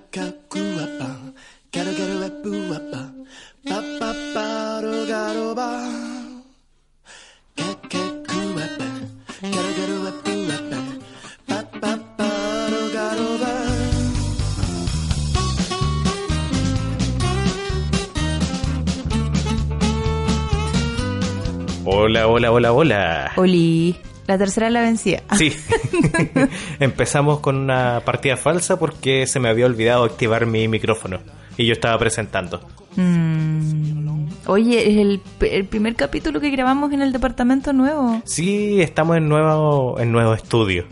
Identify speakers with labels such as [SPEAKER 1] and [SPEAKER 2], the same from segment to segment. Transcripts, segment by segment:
[SPEAKER 1] Kakakuapa, karakarauapuapa, papaparogaroba. Kakakuapa, karakarauapuapa, papaparogaroba.
[SPEAKER 2] Hola, hola, hola, hola.
[SPEAKER 3] Oli, la tercera la Ah, vencía.
[SPEAKER 2] Sí. Empezamos con una partida falsa porque se me había olvidado activar mi micrófono y yo estaba presentando.
[SPEAKER 3] Mm. Oye, es el, el primer capítulo que grabamos en el departamento nuevo.
[SPEAKER 2] Sí, estamos en nuevo en nuevo estudio,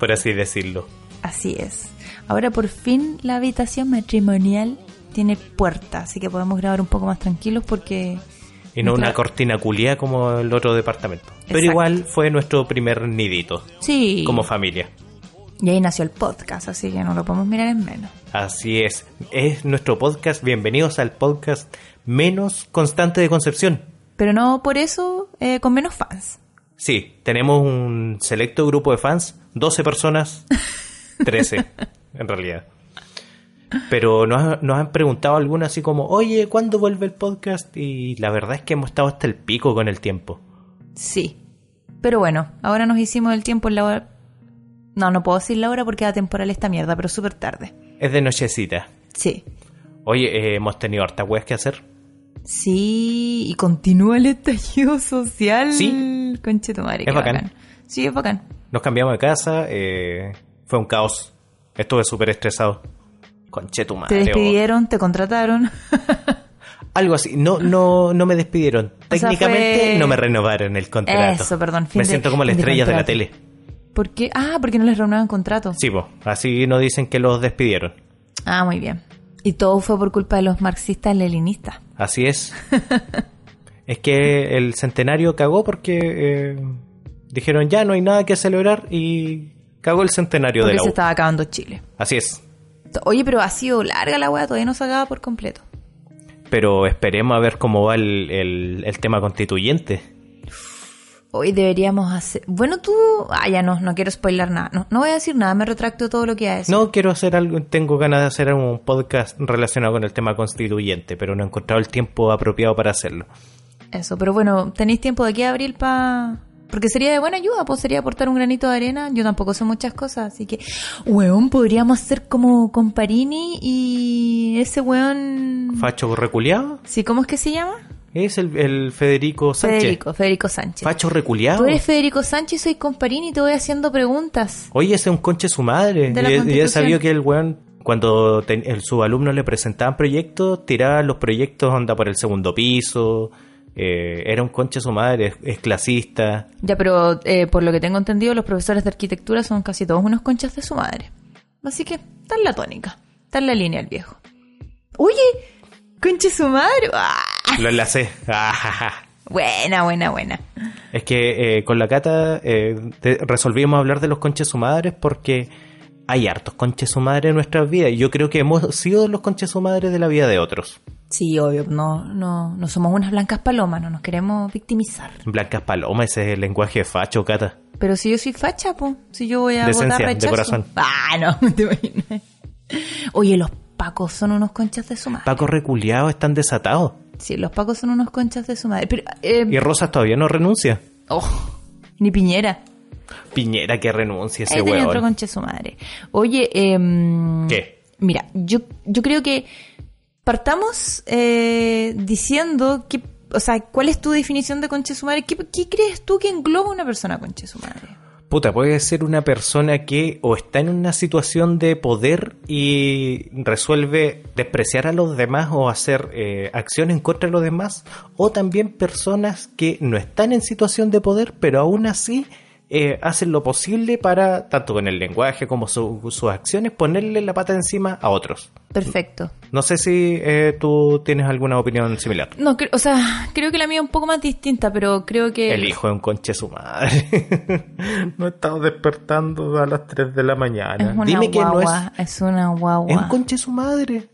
[SPEAKER 2] por así decirlo.
[SPEAKER 3] Así es. Ahora por fin la habitación matrimonial tiene puerta, así que podemos grabar un poco más tranquilos porque...
[SPEAKER 2] Y no una
[SPEAKER 3] Claro.
[SPEAKER 2] cortina culiada como el otro departamento. Pero
[SPEAKER 3] Exacto.
[SPEAKER 2] igual fue nuestro primer nidito
[SPEAKER 3] Sí.
[SPEAKER 2] como familia.
[SPEAKER 3] y ahí nació el podcast, así que no lo podemos mirar en menos.
[SPEAKER 2] Así es. Es nuestro podcast. Bienvenidos al podcast menos constante de Concepción.
[SPEAKER 3] Pero no por eso eh, con menos fans.
[SPEAKER 2] Sí, tenemos un selecto grupo de fans, 12 personas, 13 en realidad. Pero nos, ha- nos han preguntado algunas así como, oye, ¿cuándo vuelve el podcast? Y la verdad es que hemos estado hasta el pico con el tiempo.
[SPEAKER 3] Sí. Pero bueno, ahora nos hicimos el tiempo en la hora... No, no puedo decir la hora porque era temporal esta mierda, pero súper tarde.
[SPEAKER 2] Es de nochecita.
[SPEAKER 3] Sí.
[SPEAKER 2] Oye, eh, hemos tenido harta weas que hacer.
[SPEAKER 3] Sí, y continúa el estallido social.
[SPEAKER 2] Sí.
[SPEAKER 3] Conchetumare,
[SPEAKER 2] Es
[SPEAKER 3] qué
[SPEAKER 2] bacán.
[SPEAKER 3] Sí, es bacán.
[SPEAKER 2] Nos cambiamos de casa, eh, fue un caos. Estuve súper estresado. Conche tu
[SPEAKER 3] Te
[SPEAKER 2] madre, oh.
[SPEAKER 3] despidieron, te contrataron.
[SPEAKER 2] Algo así. No, no, no me despidieron.
[SPEAKER 3] O sea,
[SPEAKER 2] Técnicamente
[SPEAKER 3] fue-
[SPEAKER 2] no me renovaron el contrato.
[SPEAKER 3] Eso, perdón, fin
[SPEAKER 2] Me
[SPEAKER 3] de-
[SPEAKER 2] siento como la
[SPEAKER 3] de
[SPEAKER 2] estrella de la
[SPEAKER 3] contrato.
[SPEAKER 2] tele.
[SPEAKER 3] ¿Por qué? Ah, porque no les renovaron contrato.
[SPEAKER 2] Sí, po. así nos dicen que los despidieron.
[SPEAKER 3] Ah, muy bien. Y todo fue por culpa de los marxistas leninistas.
[SPEAKER 2] Así es. es que el centenario cagó porque eh, dijeron ya no hay nada que celebrar y cagó el centenario de
[SPEAKER 3] Porque
[SPEAKER 2] la U.
[SPEAKER 3] se estaba acabando Chile.
[SPEAKER 2] Así es.
[SPEAKER 3] To- Oye, pero ha sido larga la weá, todavía no se acaba por completo.
[SPEAKER 2] Pero esperemos a ver cómo va el, el- el tema constituyente.
[SPEAKER 3] Hoy deberíamos hacer... Bueno, tú... Ah, ya no, no quiero spoiler nada. No, no voy a decir nada, me retracto de todo lo que ha
[SPEAKER 2] No quiero hacer algo, tengo ganas de hacer un podcast relacionado con el tema constituyente, pero no he encontrado el tiempo apropiado para hacerlo.
[SPEAKER 3] Eso, pero bueno, tenéis tiempo de aquí a abril para... Porque sería de buena ayuda, pues sería aportar un granito de arena. Yo tampoco sé muchas cosas, así que... Weón, podríamos ser como Comparini y ese weón...
[SPEAKER 2] Facho reculeado
[SPEAKER 3] sí, ¿cómo es que se llama?
[SPEAKER 2] es el, el Federico Sánchez.
[SPEAKER 3] Federico, Federico Sánchez.
[SPEAKER 2] Facho reculeado.
[SPEAKER 3] Tú eres Federico Sánchez y soy Comparini y te voy haciendo preguntas.
[SPEAKER 2] Oye, ese es un conche su madre.
[SPEAKER 3] De la
[SPEAKER 2] Y- y he
[SPEAKER 3] Constitución.
[SPEAKER 2] sabido que el weón, cuando ten- el- sus alumnos le presentaban proyectos, tiraba los proyectos onda por el segundo piso. eh, era un conche su madre, es, es clasista.
[SPEAKER 3] Ya, pero eh, por lo que tengo entendido, los profesores de arquitectura son casi todos unos conchas de su madre. Así que está en la tónica, está en la línea el viejo. Oye, concha de su madre. ¡Ah!
[SPEAKER 2] Lo enlacé. Ajaja.
[SPEAKER 3] Buena, buena, buena.
[SPEAKER 2] es que eh, con la cata eh, te- resolvimos hablar de los conches su madres porque hay hartos conches su madre en nuestras vidas. Y yo creo que hemos sido los conches su madre de la vida de otros.
[SPEAKER 3] Sí, obvio, no, no, no somos unas blancas palomas, no nos queremos victimizar.
[SPEAKER 2] Blancas palomas, ese es el lenguaje facho, cata.
[SPEAKER 3] Pero si yo soy facha, po, si yo voy a
[SPEAKER 2] Decencia,
[SPEAKER 3] votar
[SPEAKER 2] de
[SPEAKER 3] rechazo.
[SPEAKER 2] corazón.
[SPEAKER 3] Ah, no, no te imaginas. Oye, los pacos son unos conchas de su madre.
[SPEAKER 2] Paco reculeado están desatados.
[SPEAKER 3] Sí, los pacos son unos conchas de su madre. Pero, eh,
[SPEAKER 2] Y Rosas todavía no renuncia.
[SPEAKER 3] oh, ni Piñera.
[SPEAKER 2] Piñera que renuncie ese
[SPEAKER 3] Ahí tenía otro
[SPEAKER 2] huevón.
[SPEAKER 3] concha de su madre. Oye, em,
[SPEAKER 2] ¿Qué?
[SPEAKER 3] Mira, yo, yo creo que partamos eh, diciendo que, o sea, ¿cuál es tu definición de concha de su madre? ¿Qué, qué crees tú que engloba una persona concha de su madre?
[SPEAKER 2] Puta, puede ser una persona que o está en una situación de poder y resuelve despreciar a los demás o hacer eh, acciones en contra de los demás, o también personas que no están en situación de poder, pero aún así eh, hacen lo posible para, tanto con el lenguaje como su- sus acciones, ponerle la pata encima a otros.
[SPEAKER 3] Perfecto.
[SPEAKER 2] No sé si eh, tú tienes alguna opinión similar.
[SPEAKER 3] No, cre- o sea, creo que la mía es un poco más distinta, pero creo que...
[SPEAKER 2] El hijo de un conche su madre. no he estado despertando a las 3 de la
[SPEAKER 3] Es
[SPEAKER 2] mañana.
[SPEAKER 3] una
[SPEAKER 2] Dime que no es.
[SPEAKER 3] guagua, es... una guagua.
[SPEAKER 2] Es un conche su madre.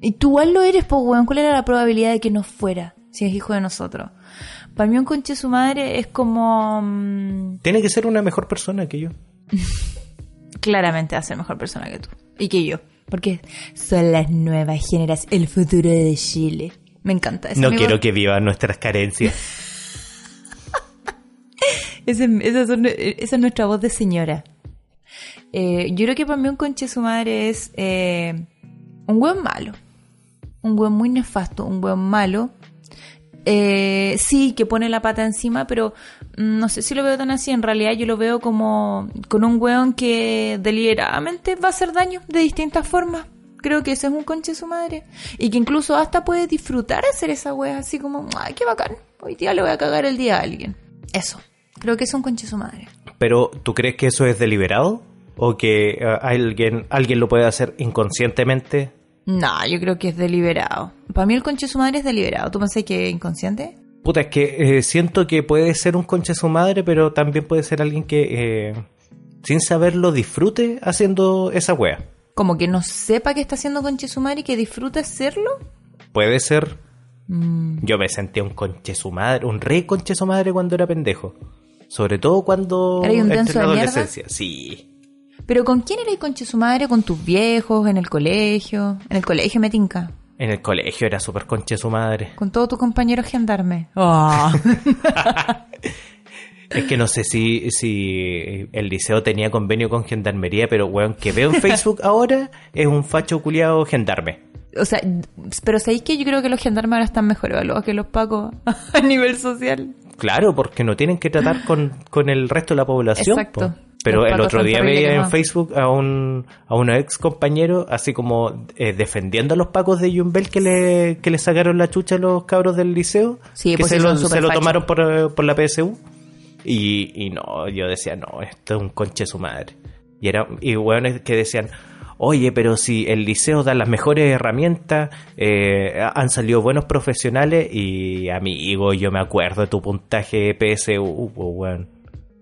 [SPEAKER 3] Y tú igual lo eres, pues, weón. ¿Cuál era la probabilidad de que no fuera? Si es hijo de nosotros. Para mí un conche su madre es como... mm,
[SPEAKER 2] Tiene que ser una mejor persona que yo.
[SPEAKER 3] claramente va a ser mejor persona que tú. Y que yo. Porque son las nuevas generaciones, el futuro de Chile. Me encanta. Ese
[SPEAKER 2] No
[SPEAKER 3] amigo-
[SPEAKER 2] quiero que vivan nuestras carencias.
[SPEAKER 3] ese- esa, son- esa es nuestra voz de señora. Eh, yo creo que para mí un conche su madre es eh, un buen malo. Un buen muy nefasto, un buen malo. Eh, sí, que pone la pata encima, pero mm, no sé si lo veo tan así. En realidad yo lo veo como con un weón que deliberadamente va a hacer daño de distintas formas. Creo que ese es un conche su madre. Y que incluso hasta puede disfrutar hacer esa wea así como, ay, qué bacán. Hoy día le voy a cagar el día a alguien. Eso. Creo que es un conche su madre.
[SPEAKER 2] Pero, ¿tú crees que eso es deliberado? ¿O que eh, alguien, alguien lo puede hacer inconscientemente?
[SPEAKER 3] No, yo creo que es deliberado. Para mí el conche su madre es deliberado. ¿Tú pensás que es inconsciente?
[SPEAKER 2] Puta, es que eh, siento que puede ser un conche su madre, pero también puede ser alguien que, eh, sin saberlo, disfrute haciendo esa wea.
[SPEAKER 3] Como que no sepa que está haciendo conche su madre y que disfruta hacerlo.
[SPEAKER 2] Puede ser. Yo me sentía un conche su madre, un rey conche su madre cuando era pendejo. Sobre todo cuando
[SPEAKER 3] ¿Era un
[SPEAKER 2] entré
[SPEAKER 3] denso
[SPEAKER 2] en la
[SPEAKER 3] de mierda?
[SPEAKER 2] adolescencia. Sí.
[SPEAKER 3] Pero ¿con quién eres conche su madre? ¿Con tus viejos? ¿En el colegio? En el colegio me tinca.
[SPEAKER 2] En el colegio era súper conche su madre.
[SPEAKER 3] Con todo tu compañero gendarme. Ah.
[SPEAKER 2] Es que no sé si, si el liceo tenía convenio con gendarmería, pero weón, que veo en Facebook ahora es un facho culiado gendarme.
[SPEAKER 3] o sea, pero sabéis que yo creo que los gendarmes ahora están mejor evaluados que los pacos a nivel social.
[SPEAKER 2] Claro, porque no tienen que tratar con, con el resto de la población.
[SPEAKER 3] Exacto.
[SPEAKER 2] po. Pero
[SPEAKER 3] Los
[SPEAKER 2] el
[SPEAKER 3] pacos
[SPEAKER 2] otro
[SPEAKER 3] son
[SPEAKER 2] día
[SPEAKER 3] terrible
[SPEAKER 2] veía en
[SPEAKER 3] quemados.
[SPEAKER 2] Facebook a un, a un ex compañero, así como eh, defendiendo a los pacos de Yumbel que le, que le sacaron la chucha a los cabros del liceo.
[SPEAKER 3] Sí,
[SPEAKER 2] que
[SPEAKER 3] pues
[SPEAKER 2] se,
[SPEAKER 3] sí,
[SPEAKER 2] lo,
[SPEAKER 3] son súper
[SPEAKER 2] se lo
[SPEAKER 3] fachos.
[SPEAKER 2] tomaron por, eh, por la PSU. Y, y no, yo decía, no, esto es un conche su madre. Y era y hueones que decían, oye, pero si el liceo da las mejores herramientas, eh, han salido buenos profesionales y amigo, yo me acuerdo de tu puntaje de PSU, pues, weón.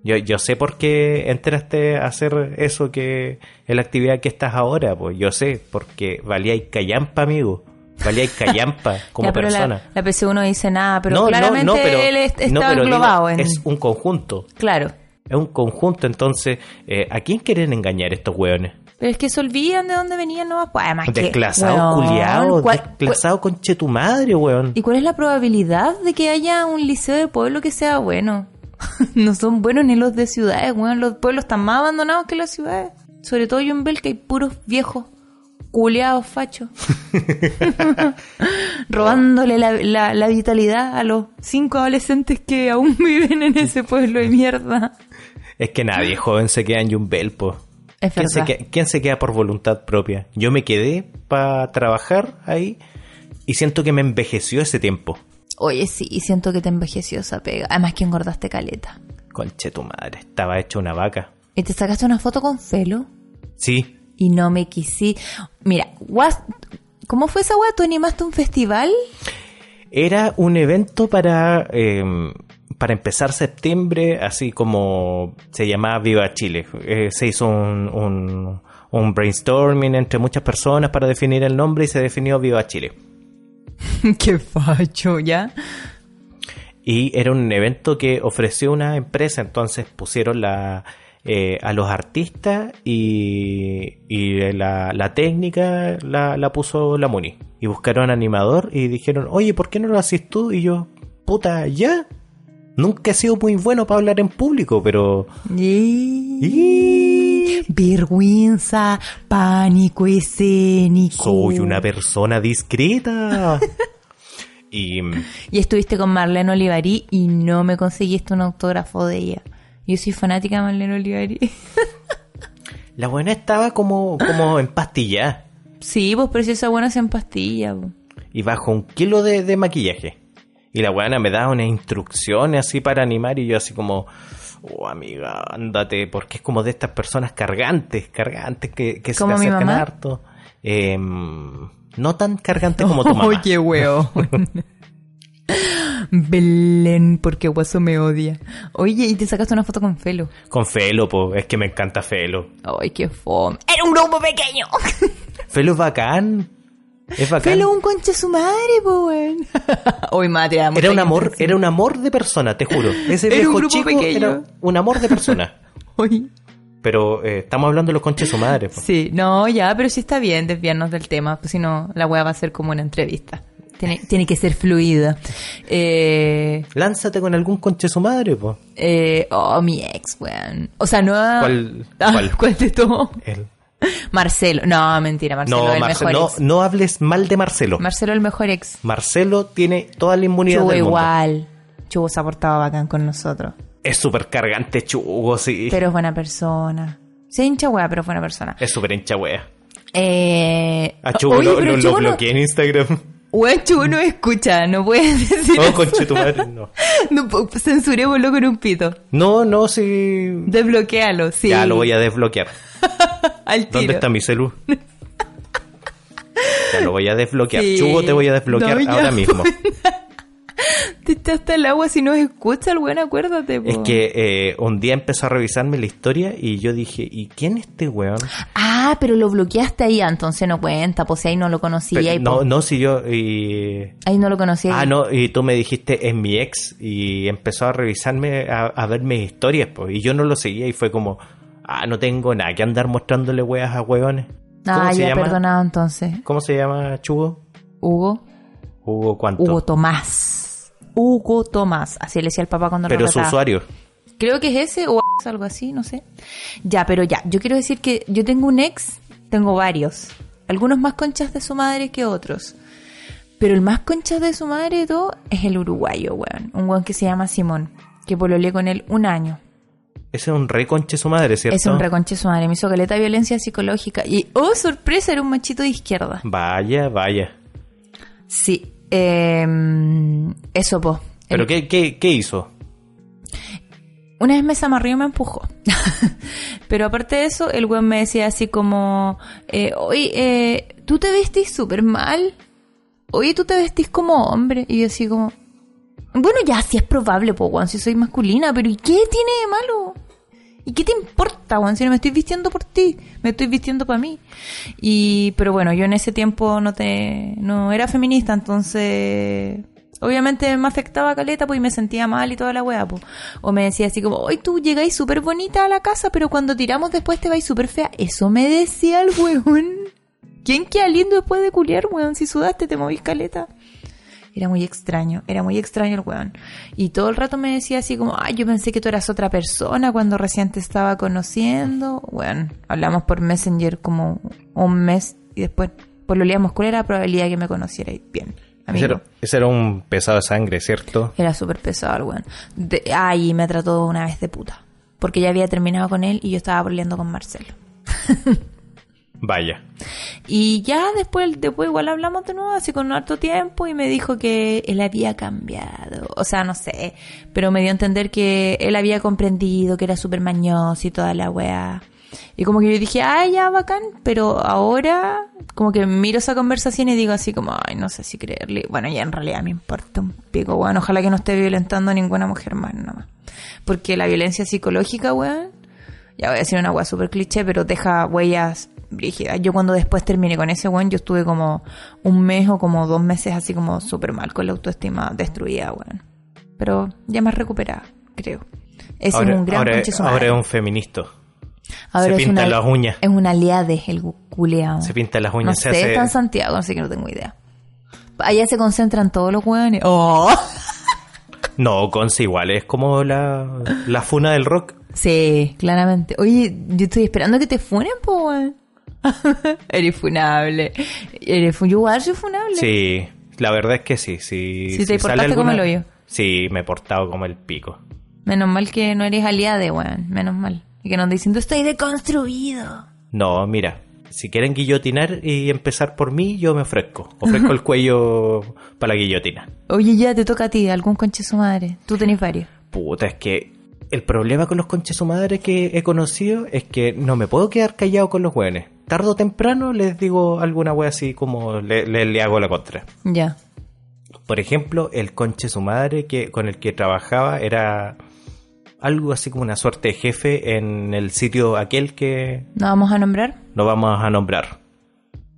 [SPEAKER 2] Yo, yo sé por qué entraste a hacer eso que es la actividad que estás ahora, pues yo sé, porque valíais callampa, amigo. Valíais callampa como
[SPEAKER 3] Ya, pero la-
[SPEAKER 2] persona.
[SPEAKER 3] La, PC no dice nada, pero claramente él est-
[SPEAKER 2] no,
[SPEAKER 3] estaba
[SPEAKER 2] pero digo,
[SPEAKER 3] englobado en...
[SPEAKER 2] Es un conjunto.
[SPEAKER 3] Claro.
[SPEAKER 2] Es un conjunto, entonces, eh, ¿a quién quieren engañar estos hueones?
[SPEAKER 3] Pero es que se olvidan de dónde venían nomás. Pues, además que,
[SPEAKER 2] Desclasado,
[SPEAKER 3] weón,
[SPEAKER 2] culiado,
[SPEAKER 3] ¿cuál-
[SPEAKER 2] desclasado con che tu madre,
[SPEAKER 3] cu-
[SPEAKER 2] weón.
[SPEAKER 3] ¿Y cuál es la probabilidad de que haya un liceo de pueblo que sea bueno? no son buenos ni los de ciudades, weón. Los pueblos están más abandonados que las ciudades. Sobre todo yo en Belca hay puros viejos culiados fachos. Robándole la, la- la vitalidad a los cinco adolescentes que aún viven en ese pueblo de mierda.
[SPEAKER 2] Es que nadie joven se queda en Yumbel, po.
[SPEAKER 3] ¿Mm? Es
[SPEAKER 2] ¿Quién se,
[SPEAKER 3] verdad.
[SPEAKER 2] queda, quién se queda por voluntad propia? Yo me quedé para trabajar ahí y siento que me envejeció ese tiempo.
[SPEAKER 3] Oye, sí, y siento que te envejeció esa pega. Además que engordaste caleta.
[SPEAKER 2] Conche tu madre, estaba hecho una vaca.
[SPEAKER 3] ¿Y te sacaste una foto con Felo?
[SPEAKER 2] Sí,
[SPEAKER 3] Y no me quisí. Mira, guas- ¿cómo fue esa weá? ¿Tú animaste un festival?
[SPEAKER 2] Era un evento para, eh, para empezar septiembre, así como se llamaba Viva Chile. Eh, se hizo un, un- un brainstorming entre muchas personas para definir el nombre y se definió Viva Chile.
[SPEAKER 3] Qué facho, ¿ya?
[SPEAKER 2] Y era un evento que ofreció una empresa, entonces pusieron la, eh, a los artistas y, y eh, la, la técnica la, la puso la Muni. Y buscaron animador y dijeron, oye, ¿por qué no lo haces tú? Y yo, puta, ya. Nunca he sido muy bueno para hablar en público, pero... Y-
[SPEAKER 3] Vergüenza, pánico escénico.
[SPEAKER 2] Soy una persona discreta. y...
[SPEAKER 3] Y estuviste con Marlene Olivari y no me conseguiste un autógrafo de ella. Yo soy fanática de Marlene Olivari.
[SPEAKER 2] La buena estaba como, como empastillada.
[SPEAKER 3] sí, pues, pero si esa buena se empastilla. po.
[SPEAKER 2] y bajo un kilo de, de maquillaje. Y la weana me da unas instrucciones así para animar y yo así como, oh, amiga, ándate, porque es como de estas personas cargantes, cargantes que, que se
[SPEAKER 3] ¿Como
[SPEAKER 2] le
[SPEAKER 3] mi
[SPEAKER 2] acercan
[SPEAKER 3] mamá?
[SPEAKER 2] harto. Em, no tan cargantes como tu mamá.
[SPEAKER 3] Oye, weón. Belén, porque Guaso me odia. Oye, y te sacaste una foto con Felo.
[SPEAKER 2] Con Felo, po, es que me encanta Felo.
[SPEAKER 3] Ay, qué fome. Era un grupo pequeño.
[SPEAKER 2] Felo es bacán. Es bacán.
[SPEAKER 3] Felo, un conche su madre, po, weón. Hoy, madre, amo
[SPEAKER 2] Era un
[SPEAKER 3] esta
[SPEAKER 2] amor,
[SPEAKER 3] canción.
[SPEAKER 2] era un amor de persona, te juro. Ese
[SPEAKER 3] Era un
[SPEAKER 2] viejo
[SPEAKER 3] grupo
[SPEAKER 2] chico
[SPEAKER 3] pequeño.
[SPEAKER 2] era un amor de persona.
[SPEAKER 3] Oye,
[SPEAKER 2] Pero eh, estamos hablando de los conches su madre. po.
[SPEAKER 3] Sí, no, ya, pero sí está bien desviarnos del tema, pues si no, la weá va a ser como una entrevista. Tiene, tiene que ser fluida. Eh,
[SPEAKER 2] Lánzate con algún conche su madre, po.
[SPEAKER 3] eh, oh, mi ex, weón. O sea, no...
[SPEAKER 2] ¿Cuál-
[SPEAKER 3] Ah,
[SPEAKER 2] cuál?
[SPEAKER 3] ¿Cuál te tomó?
[SPEAKER 2] El-
[SPEAKER 3] Marcelo. No, mentira, Marcelo
[SPEAKER 2] No,
[SPEAKER 3] el
[SPEAKER 2] Marcelo,
[SPEAKER 3] mejor
[SPEAKER 2] no,
[SPEAKER 3] ex.
[SPEAKER 2] no hables mal de Marcelo.
[SPEAKER 3] Marcelo el mejor ex.
[SPEAKER 2] Marcelo tiene toda la inmunidad
[SPEAKER 3] Chugo
[SPEAKER 2] del mundo.
[SPEAKER 3] igual. Chugo se ha portado bacán con nosotros.
[SPEAKER 2] Es súper cargante, chugo, sí.
[SPEAKER 3] Pero es buena persona. Se hincha weá, pero es buena persona.
[SPEAKER 2] Es súper hincha wea.
[SPEAKER 3] Eh...
[SPEAKER 2] A Chugo
[SPEAKER 3] oye,
[SPEAKER 2] lo,
[SPEAKER 3] pero
[SPEAKER 2] lo- lo
[SPEAKER 3] Chugo no-
[SPEAKER 2] bloqueé en Instagram.
[SPEAKER 3] Weón, Chugo no escucha, no puedes decir
[SPEAKER 2] Oh,
[SPEAKER 3] eso.
[SPEAKER 2] conche tu madre, no.
[SPEAKER 3] No, po- censurémoslo con un pito.
[SPEAKER 2] No, no, sí.
[SPEAKER 3] Desbloquéalo, sí.
[SPEAKER 2] Ya lo voy a desbloquear.
[SPEAKER 3] Al tiro.
[SPEAKER 2] ¿Dónde está mi celu? Ya lo voy a desbloquear.
[SPEAKER 3] Sí.
[SPEAKER 2] Chugo, te voy a desbloquear
[SPEAKER 3] No, ya,
[SPEAKER 2] ahora mismo.
[SPEAKER 3] Te está hasta el agua si nos escucha el buen, acuérdate. po.
[SPEAKER 2] Es que eh, un día empezó a revisarme la historia y yo dije, ¿y quién es este weón?
[SPEAKER 3] Ah, pero lo bloqueaste ahí, ah, entonces no cuenta, pues si ahí no lo conocía.
[SPEAKER 2] Pe-
[SPEAKER 3] y
[SPEAKER 2] no,
[SPEAKER 3] po-
[SPEAKER 2] no, si yo... y-
[SPEAKER 3] Ahí no lo conocía.
[SPEAKER 2] Ah, no, y tú me dijiste, es mi ex, y empezó a revisarme, a, a ver mis historias, pues, y yo no lo seguía y fue como, ah, no tengo nada que andar mostrándole weas a hueones.
[SPEAKER 3] Ah,
[SPEAKER 2] se
[SPEAKER 3] ya
[SPEAKER 2] llama?
[SPEAKER 3] perdonado entonces.
[SPEAKER 2] ¿Cómo se llama Chugo?
[SPEAKER 3] Hugo.
[SPEAKER 2] Hugo cuánto.
[SPEAKER 3] Hugo Tomás. Hugo Tomás. Así le decía el papá cuando lo
[SPEAKER 2] Pero su
[SPEAKER 3] retaba.
[SPEAKER 2] usuario.
[SPEAKER 3] Creo que es ese o algo así, no sé. Ya, pero ya, yo quiero decir que yo tengo un ex, tengo varios. Algunos más conchas de su madre que otros. Pero el más conchas de su madre de todo es el uruguayo, weón. Un weón que se llama Simón, que pololeé con él un año.
[SPEAKER 2] Ese es un reconche su madre, ¿cierto?
[SPEAKER 3] Es un reconche de su madre, me hizo caleta de violencia psicológica. Y, oh, sorpresa, era un machito de izquierda.
[SPEAKER 2] Vaya, vaya.
[SPEAKER 3] Sí, em, eso, po.
[SPEAKER 2] ¿Pero
[SPEAKER 3] El-
[SPEAKER 2] qué, qué, qué hizo?
[SPEAKER 3] Una vez me zamarrió y me empujó. Pero aparte de eso, el weón me decía así como, eh, oye, eh, tú te vestís súper mal. Oye, tú te vestís como hombre. Y yo así como, bueno, ya, sí es probable, po, weón, si soy masculina, pero ¿y qué tiene de malo? ¿Y qué te importa, weón? Si no me estoy vistiendo por ti, me estoy vistiendo para mí. Y, pero bueno, yo en ese tiempo no te, no era feminista, entonces, obviamente me afectaba caleta, pues, y me sentía mal y toda la weá, pues. O me decía así como, hoy tú llegáis súper bonita a la casa, pero cuando tiramos después te vais súper fea. Eso me decía el weón. ¿Quién queda lindo después de culiar, weón? Si sudaste, te movís caleta. Era muy extraño, era muy extraño el weón. Y todo el rato me decía así como, ay, yo pensé que tú eras otra persona cuando recién te estaba conociendo. Weón, hablamos por Messenger como un mes y después por lo leíamos cuál era la probabilidad de que me conociera Y bien.
[SPEAKER 2] Ese
[SPEAKER 3] Amigo.
[SPEAKER 2] era, ese era un pesado de sangre, ¿cierto?
[SPEAKER 3] Era súper pesado el weón. De- ay, me trató una vez de puta. Porque ya había terminado con él y yo estaba peleando con Marcelo.
[SPEAKER 2] Vaya.
[SPEAKER 3] Y ya después, después igual hablamos de nuevo, así con un harto tiempo, y me dijo que él había cambiado. O sea, no sé, pero me dio a entender que él había comprendido que era súper mañoso y toda la weá. Y como que yo dije, ay, ya, bacán, pero ahora como que miro esa conversación y digo así como, ay, no sé si creerle. Bueno, ya en realidad me importa un pico, weón. Ojalá que no esté violentando a ninguna mujer más, nomás. Porque la violencia psicológica, weón, ya voy a decir una weá súper cliché, pero deja huellas brígidas. Yo cuando después terminé con ese weón, yo estuve como un mes o como dos meses así como súper mal, con la autoestima destruida, weón. Pero ya más recuperada, creo. Ese
[SPEAKER 2] ahora,
[SPEAKER 3] es un gran
[SPEAKER 2] ahora-
[SPEAKER 3] conche su
[SPEAKER 2] ahora
[SPEAKER 3] madre.
[SPEAKER 2] es un feminista.
[SPEAKER 3] Ahora
[SPEAKER 2] se
[SPEAKER 3] es
[SPEAKER 2] pinta
[SPEAKER 3] una,
[SPEAKER 2] las uñas.
[SPEAKER 3] Es una aliade el gu- culeado.
[SPEAKER 2] Se pinta las uñas,
[SPEAKER 3] No
[SPEAKER 2] se
[SPEAKER 3] sé,
[SPEAKER 2] hace-
[SPEAKER 3] está en Santiago, así que no tengo idea. Allá se concentran todos los weones. ¡Oh!
[SPEAKER 2] No, Conce igual es como la, la funa del rock.
[SPEAKER 3] Sí, claramente. Oye, yo estoy esperando que te funen, po, weón. Eres funable. Eres fun... Yo igual soy funable.
[SPEAKER 2] Sí, la verdad es que sí. Sí,
[SPEAKER 3] Sí, te portaste como el hoyo.
[SPEAKER 2] Sí, me he portado como el pico.
[SPEAKER 3] Menos mal que no eres aliade, weón. Menos mal. Y que nos diciendo, estoy deconstruido.
[SPEAKER 2] No, mira, si quieren guillotinar y empezar por mí, yo me ofrezco. Ofrezco el cuello para la guillotina.
[SPEAKER 3] Oye, ya te toca a ti, algún conche su madre. Tú tenés varios.
[SPEAKER 2] Puta, es que El problema con los conches su madre que he conocido es que no me puedo quedar callado con los hueones. Tardo o temprano les digo alguna wea así como le, le- le hago la contra.
[SPEAKER 3] Ya.
[SPEAKER 2] Por ejemplo, el conche su madre que, con el que trabajaba era algo así como una suerte de jefe en el sitio aquel que
[SPEAKER 3] ¿No vamos a nombrar?
[SPEAKER 2] no vamos a nombrar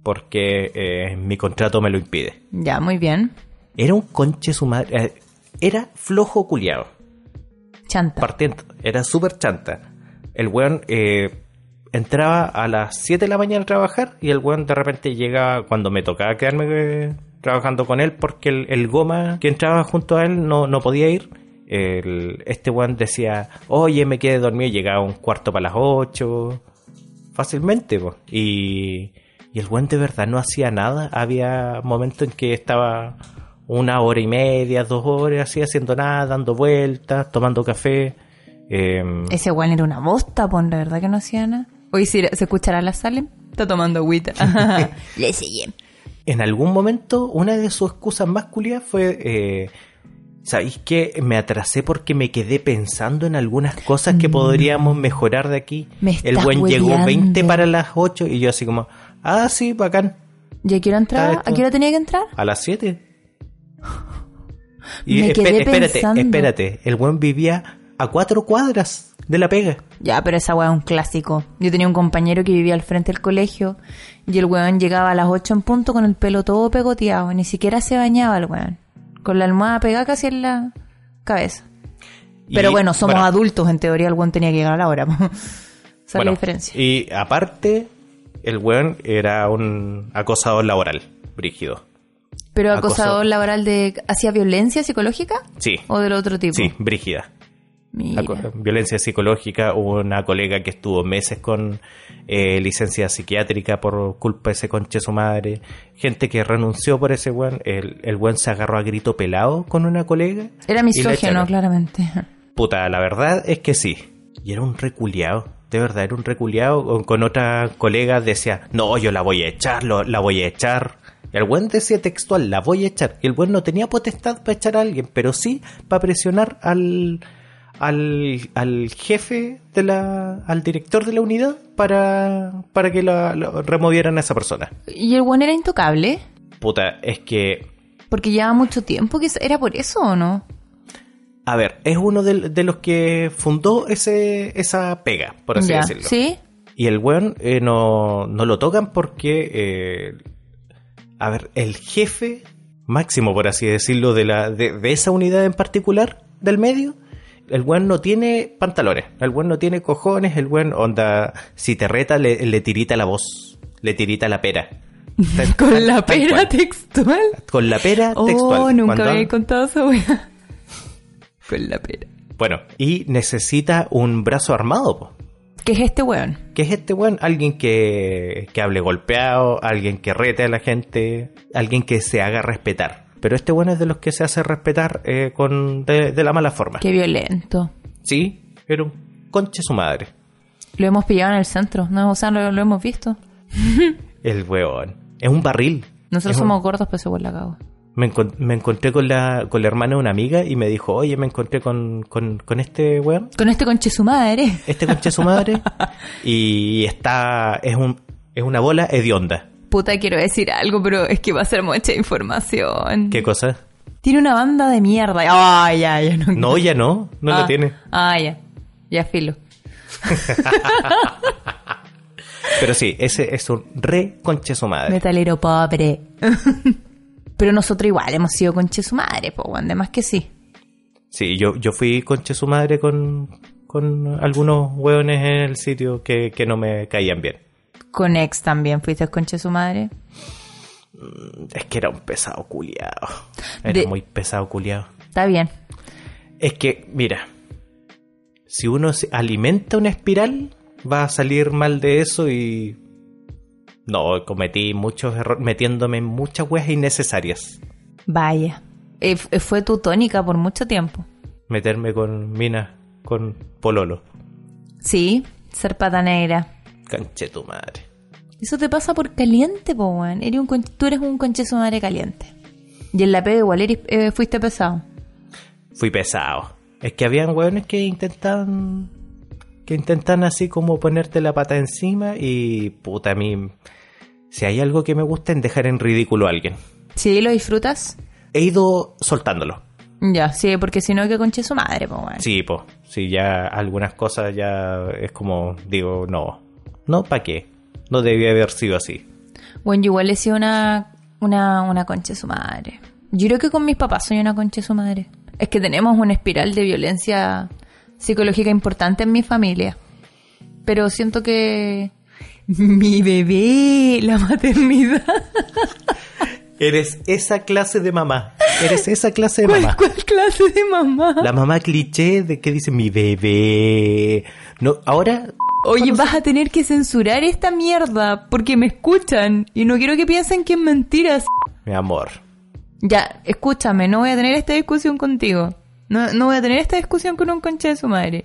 [SPEAKER 2] porque eh, mi contrato me lo impide.
[SPEAKER 3] Ya, muy bien.
[SPEAKER 2] Era un conche su madre, eh, era flojo culiado.
[SPEAKER 3] Chanta.
[SPEAKER 2] partiendo. Era súper chanta. El weón eh, entraba a las 7 de la mañana a trabajar y el weón de repente llegaba cuando me tocaba quedarme eh, trabajando con él porque el, el goma que entraba junto a él no, no podía ir. El- este weón decía, oye, me quedé dormido y llegaba un cuarto para las 8. Fácilmente, po. Y, y el weón de verdad no hacía nada. Había momentos en que estaba una hora y media, dos horas, así haciendo nada, dando vueltas, tomando café. Em,
[SPEAKER 3] Ese weón era una bosta, pon, la verdad que no hacía nada. Hoy si se escuchará la Salem, está tomando agüita. Le sigue.
[SPEAKER 2] en algún momento, una de sus excusas más culias fue. eh, ¿Sabéis que me atrasé porque me quedé pensando en algunas cosas que podríamos mejorar de aquí?
[SPEAKER 3] Mm. Me
[SPEAKER 2] el
[SPEAKER 3] estás
[SPEAKER 2] buen llegó
[SPEAKER 3] hueveando.
[SPEAKER 2] 20 para las 8 y yo así como, ah, sí, bacán,
[SPEAKER 3] ¿Y a qué hora entraba?
[SPEAKER 2] Está esto.
[SPEAKER 3] ¿A qué hora tenía que entrar?
[SPEAKER 2] a las 7.
[SPEAKER 3] Me quedé
[SPEAKER 2] espérate,
[SPEAKER 3] pensando.
[SPEAKER 2] espérate, el buen vivía a cuatro cuadras de la pega.
[SPEAKER 3] Ya, pero esa weá es un clásico. Yo tenía un compañero que vivía al frente del colegio y el weón llegaba a las 8 en punto con el pelo todo pegoteado. Ni siquiera se bañaba el weón. Con la almohada pegada casi en la cabeza.
[SPEAKER 2] Y,
[SPEAKER 3] Pero bueno, somos
[SPEAKER 2] bueno,
[SPEAKER 3] adultos. En teoría el weón tenía que llegar a la hora. po. Esa es la
[SPEAKER 2] bueno, eh,
[SPEAKER 3] diferencia.
[SPEAKER 2] Y aparte, el weón era un acosador laboral, brígido.
[SPEAKER 3] ¿Pero
[SPEAKER 2] acoso.
[SPEAKER 3] acosador laboral de... ¿Hacía violencia psicológica?
[SPEAKER 2] Sí.
[SPEAKER 3] ¿O del otro tipo?
[SPEAKER 2] Sí, brígida.
[SPEAKER 3] Oh, pues. Mira.
[SPEAKER 2] Aco- Violencia psicológica. Hubo una colega que estuvo meses con eh, licencia psiquiátrica por culpa de ese conche su madre. Gente que renunció por ese weón. El, el weón se agarró a grito pelado con una colega.
[SPEAKER 3] Era
[SPEAKER 2] y la echaron.
[SPEAKER 3] misógino, claramente.
[SPEAKER 2] Puta, la verdad es que sí. Y era un reculeado. De verdad, era un reculeado. Con, con otra colega decía, no, yo la voy a echar, lo- la voy a echar. Y el buen decía textual, la voy a echar. Y el buen no tenía potestad para echar a alguien, pero sí para presionar al, al, al jefe, de la, al director de la unidad para, para que la, la- removieran a esa persona.
[SPEAKER 3] ¿Y el weón era intocable?
[SPEAKER 2] Puta, es que
[SPEAKER 3] Porque llevaba mucho tiempo. que se- ¿Era por eso o no?
[SPEAKER 2] A ver, es uno del- de, los que fundó ese, esa pega, por así
[SPEAKER 3] Ya.
[SPEAKER 2] decirlo.
[SPEAKER 3] ¿Sí?
[SPEAKER 2] Y el weón eh, no, no lo tocan porque, eh, a ver, el jefe máximo, por así decirlo, de, la, de, de esa unidad en particular del medio, el weón no tiene pantalones, el weón no tiene cojones, el weón onda, si te reta le, le tirita la voz, le tirita la pera. Tal-
[SPEAKER 3] Con
[SPEAKER 2] tal-
[SPEAKER 3] la
[SPEAKER 2] tal
[SPEAKER 3] pera
[SPEAKER 2] cual.
[SPEAKER 3] textual.
[SPEAKER 2] Con la pera textual.
[SPEAKER 3] Oh, nunca
[SPEAKER 2] Cuando
[SPEAKER 3] me
[SPEAKER 2] han-
[SPEAKER 3] había contado esa weá. Con la pera.
[SPEAKER 2] Bueno, y necesita un brazo armado, po.
[SPEAKER 3] ¿Qué es este weón?
[SPEAKER 2] ¿Qué es este weón? Alguien que, que hable golpeado, alguien que rete a la gente, alguien que se haga respetar. Pero este weón es de los que se hace respetar eh, con, de, de la mala forma.
[SPEAKER 3] Qué violento.
[SPEAKER 2] Sí, era un conche su madre.
[SPEAKER 3] Lo hemos pillado en el centro, ¿no? O sea, lo, lo hemos visto.
[SPEAKER 2] El weón. Es un barril.
[SPEAKER 3] Nosotros
[SPEAKER 2] Es un-
[SPEAKER 3] somos gordos, pero ese weón la cago.
[SPEAKER 2] Me, encon- me encontré con la, con la hermana de una amiga y me dijo, oye, me encontré con, con, con este weón.
[SPEAKER 3] Con este conche su madre.
[SPEAKER 2] Este conche su madre. y está, es un, es una bola hedionda.
[SPEAKER 3] Puta, quiero decir algo, pero es que va a ser mucha información.
[SPEAKER 2] ¿Qué cosa?
[SPEAKER 3] Tiene una banda de mierda. Ay, ya, ya no.
[SPEAKER 2] No, ya no, no
[SPEAKER 3] Ah,
[SPEAKER 2] la tiene.
[SPEAKER 3] Ah, ya. Ya filo.
[SPEAKER 2] Pero sí, ese es un re conche su madre.
[SPEAKER 3] Metalero pobre. pero nosotros igual hemos sido conche su madre, pues, weón. Además que sí.
[SPEAKER 2] Sí, yo, yo fui conche su madre con, con algunos hueones en el sitio que, que no me caían bien.
[SPEAKER 3] Con ex también fuiste conche su madre.
[SPEAKER 2] Es que era un pesado culiado. Era
[SPEAKER 3] De-
[SPEAKER 2] muy pesado culiado.
[SPEAKER 3] Está bien.
[SPEAKER 2] Es que, mira, si uno se alimenta una espiral, va a salir mal de eso y... No, cometí muchos errores metiéndome en muchas weas innecesarias.
[SPEAKER 3] Vaya. Eh, f- eh, fue tu tónica por mucho tiempo.
[SPEAKER 2] Meterme con minas, con pololo.
[SPEAKER 3] Sí, ser pata negra.
[SPEAKER 2] Canche tu madre.
[SPEAKER 3] Eso te pasa por caliente, po, weón. Eres un con- Tú eres un conchezo madre caliente. Y en la pega igual eres- eh, fuiste pesado.
[SPEAKER 2] Fui pesado. Es que habían hueones que intentan que intentan así como ponerte la pata encima y puta a mí si hay algo que me gusta en dejar en ridículo a alguien.
[SPEAKER 3] Sí, lo disfrutas.
[SPEAKER 2] He ido soltándolo.
[SPEAKER 3] Ya, sí, porque si no, que conche su madre, pues, weón.
[SPEAKER 2] Sí, po. Sí, ya algunas cosas ya es como digo, no. No, ¿para qué? No debía haber sido así.
[SPEAKER 3] Bueno, yo igual he sido una, una, una concha de su madre. Yo creo que con mis papás soy una concha de su madre. Es que tenemos una espiral de violencia psicológica importante en mi familia. Pero siento que mi bebé, la maternidad.
[SPEAKER 2] Eres esa clase de mamá. Eres esa clase de
[SPEAKER 3] ¿Cuál,
[SPEAKER 2] mamá.
[SPEAKER 3] cuál clase de mamá?
[SPEAKER 2] La mamá cliché de que dice mi bebé. No, ahora
[SPEAKER 3] Oye, vas a tener que censurar esta mierda porque me escuchan y no quiero que piensen que es mentiras.
[SPEAKER 2] mi amor.
[SPEAKER 3] Ya, escúchame, no voy a tener esta discusión contigo. No, no voy a tener esta discusión con un concha de su madre.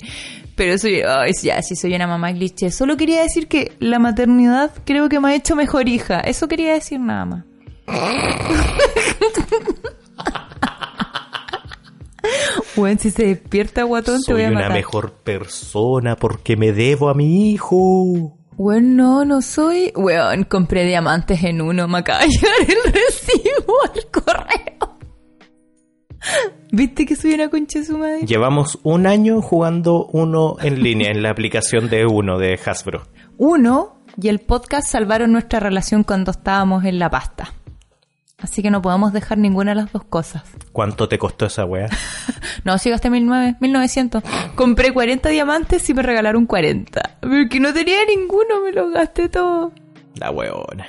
[SPEAKER 3] Pero soy, ay, ya, sí soy una mamá cliché. Solo quería decir que la maternidad creo que me ha hecho mejor hija. Eso quería decir nada más. Bueno, si se despierta guatón te voy
[SPEAKER 2] Soy
[SPEAKER 3] a
[SPEAKER 2] una
[SPEAKER 3] matar.
[SPEAKER 2] mejor persona porque me debo a mi hijo.
[SPEAKER 3] Bueno, no, no soy. Weón, compré diamantes en uno, me acaba de llegar el recibo al correo. ¿Viste que soy una concha de su madre?
[SPEAKER 2] Llevamos un año jugando uno en línea en la aplicación de uno de Hasbro.
[SPEAKER 3] Uno y el podcast salvaron nuestra relación cuando estábamos en la pasta. Así que no podemos dejar ninguna de las dos cosas.
[SPEAKER 2] ¿Cuánto te costó esa weá?
[SPEAKER 3] No, sí gasté 1900, 1900. Compré 40 diamantes y me regalaron 40. Porque no tenía ninguno, me los gasté todos.
[SPEAKER 2] La weona.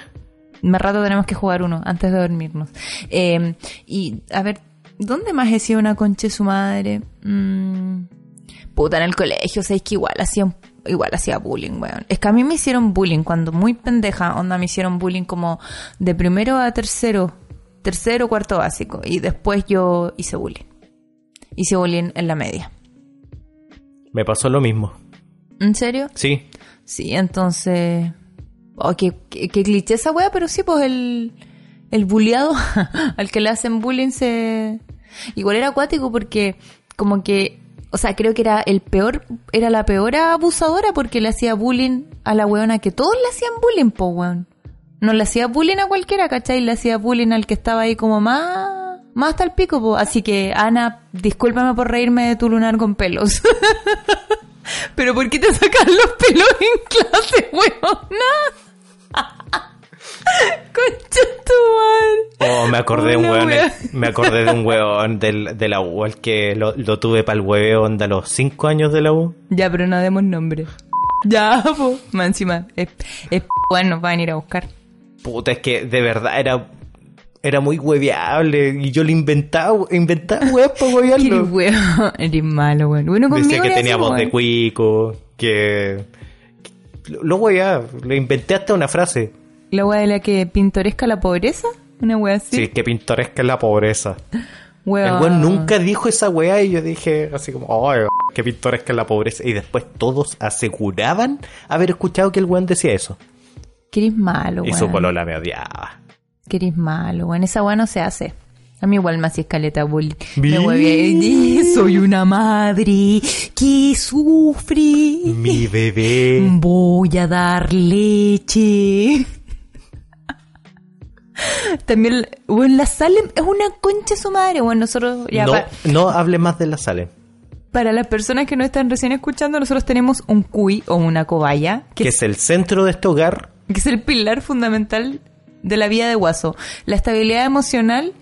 [SPEAKER 3] Más rato tenemos que jugar uno antes de dormirnos. Eh, y a ver, ¿dónde más he sido una concha de su madre? Mm, puta, en el colegio, sabéis que igual hacían, igual hacía bullying, weón. Es que a mí me hicieron bullying cuando muy pendeja, onda me hicieron bullying como de primero a tercero, tercero, cuarto básico. Y después yo hice bullying. Hice bullying en la media.
[SPEAKER 2] Me pasó lo mismo.
[SPEAKER 3] ¿En serio?
[SPEAKER 2] Sí,
[SPEAKER 3] Sí, entonces. Oh, qué, qué- qué cliché esa wea, pero sí, pues el. El bulleado al que le hacen bullying se. Igual era acuático porque, como que. O sea, creo que era el peor. Era la peor abusadora porque le hacía bullying a la weona que todos le hacían bullying, po weón. No le hacía bullying a cualquiera, ¿cachai? Le hacía bullying al que estaba ahí como más. Más hasta el pico, po. Así que, Ana, discúlpame por reírme de tu lunar con pelos. Pero ¿por qué te sacas los pelos en clase, weona? Concha tu madre.
[SPEAKER 2] Oh, me acordé de un
[SPEAKER 3] Hola,
[SPEAKER 2] weón.
[SPEAKER 3] weón.
[SPEAKER 2] Me acordé de un weón del, de la U, al que lo, lo tuve para el hueveo onda a los 5 años de la U.
[SPEAKER 3] Ya, pero no demos nombre. Ya, po. Más encima, es, es bueno, nos van a ir a buscar.
[SPEAKER 2] Puta, es que de verdad era, era muy hueveable y yo le inventaba, inventaba weón para
[SPEAKER 3] Qué
[SPEAKER 2] huevearlo.
[SPEAKER 3] weón. Eres malo, weón. Bueno, conmigo eh.
[SPEAKER 2] Decía que
[SPEAKER 3] era
[SPEAKER 2] tenía
[SPEAKER 3] así,
[SPEAKER 2] voz de
[SPEAKER 3] weón.
[SPEAKER 2] cuico, que... que lo- Lo hueveaba, le inventé hasta una frase.
[SPEAKER 3] La wea de la que pintoresca la pobreza. Una wea
[SPEAKER 2] Sí,
[SPEAKER 3] así.
[SPEAKER 2] que pintoresca es la pobreza.
[SPEAKER 3] Weón.
[SPEAKER 2] El weón nunca dijo esa weá y yo dije así como, oh, qué pintoresca es la pobreza. Y después todos aseguraban haber escuchado que el weón decía eso.
[SPEAKER 3] Que eres malo,
[SPEAKER 2] Y
[SPEAKER 3] weón.
[SPEAKER 2] su polola me odiaba.
[SPEAKER 3] Que eres malo, weón. Esa weá no se hace. A mí igual me hacía escaleta bullying.
[SPEAKER 2] Vi.
[SPEAKER 3] Me huevé y soy una madre que sufre.
[SPEAKER 2] Mi bebé.
[SPEAKER 3] Voy a dar leche. También, bueno, la Salem es una concha de su madre. Bueno, nosotros ya
[SPEAKER 2] no,
[SPEAKER 3] pa-
[SPEAKER 2] no hable más de la Salem.
[SPEAKER 3] para las personas que no están recién escuchando, nosotros tenemos un cuy o una cobaya,
[SPEAKER 2] Que
[SPEAKER 3] que
[SPEAKER 2] es el centro de este hogar.
[SPEAKER 3] que es el pilar fundamental de la vida de Guaso. La estabilidad emocional,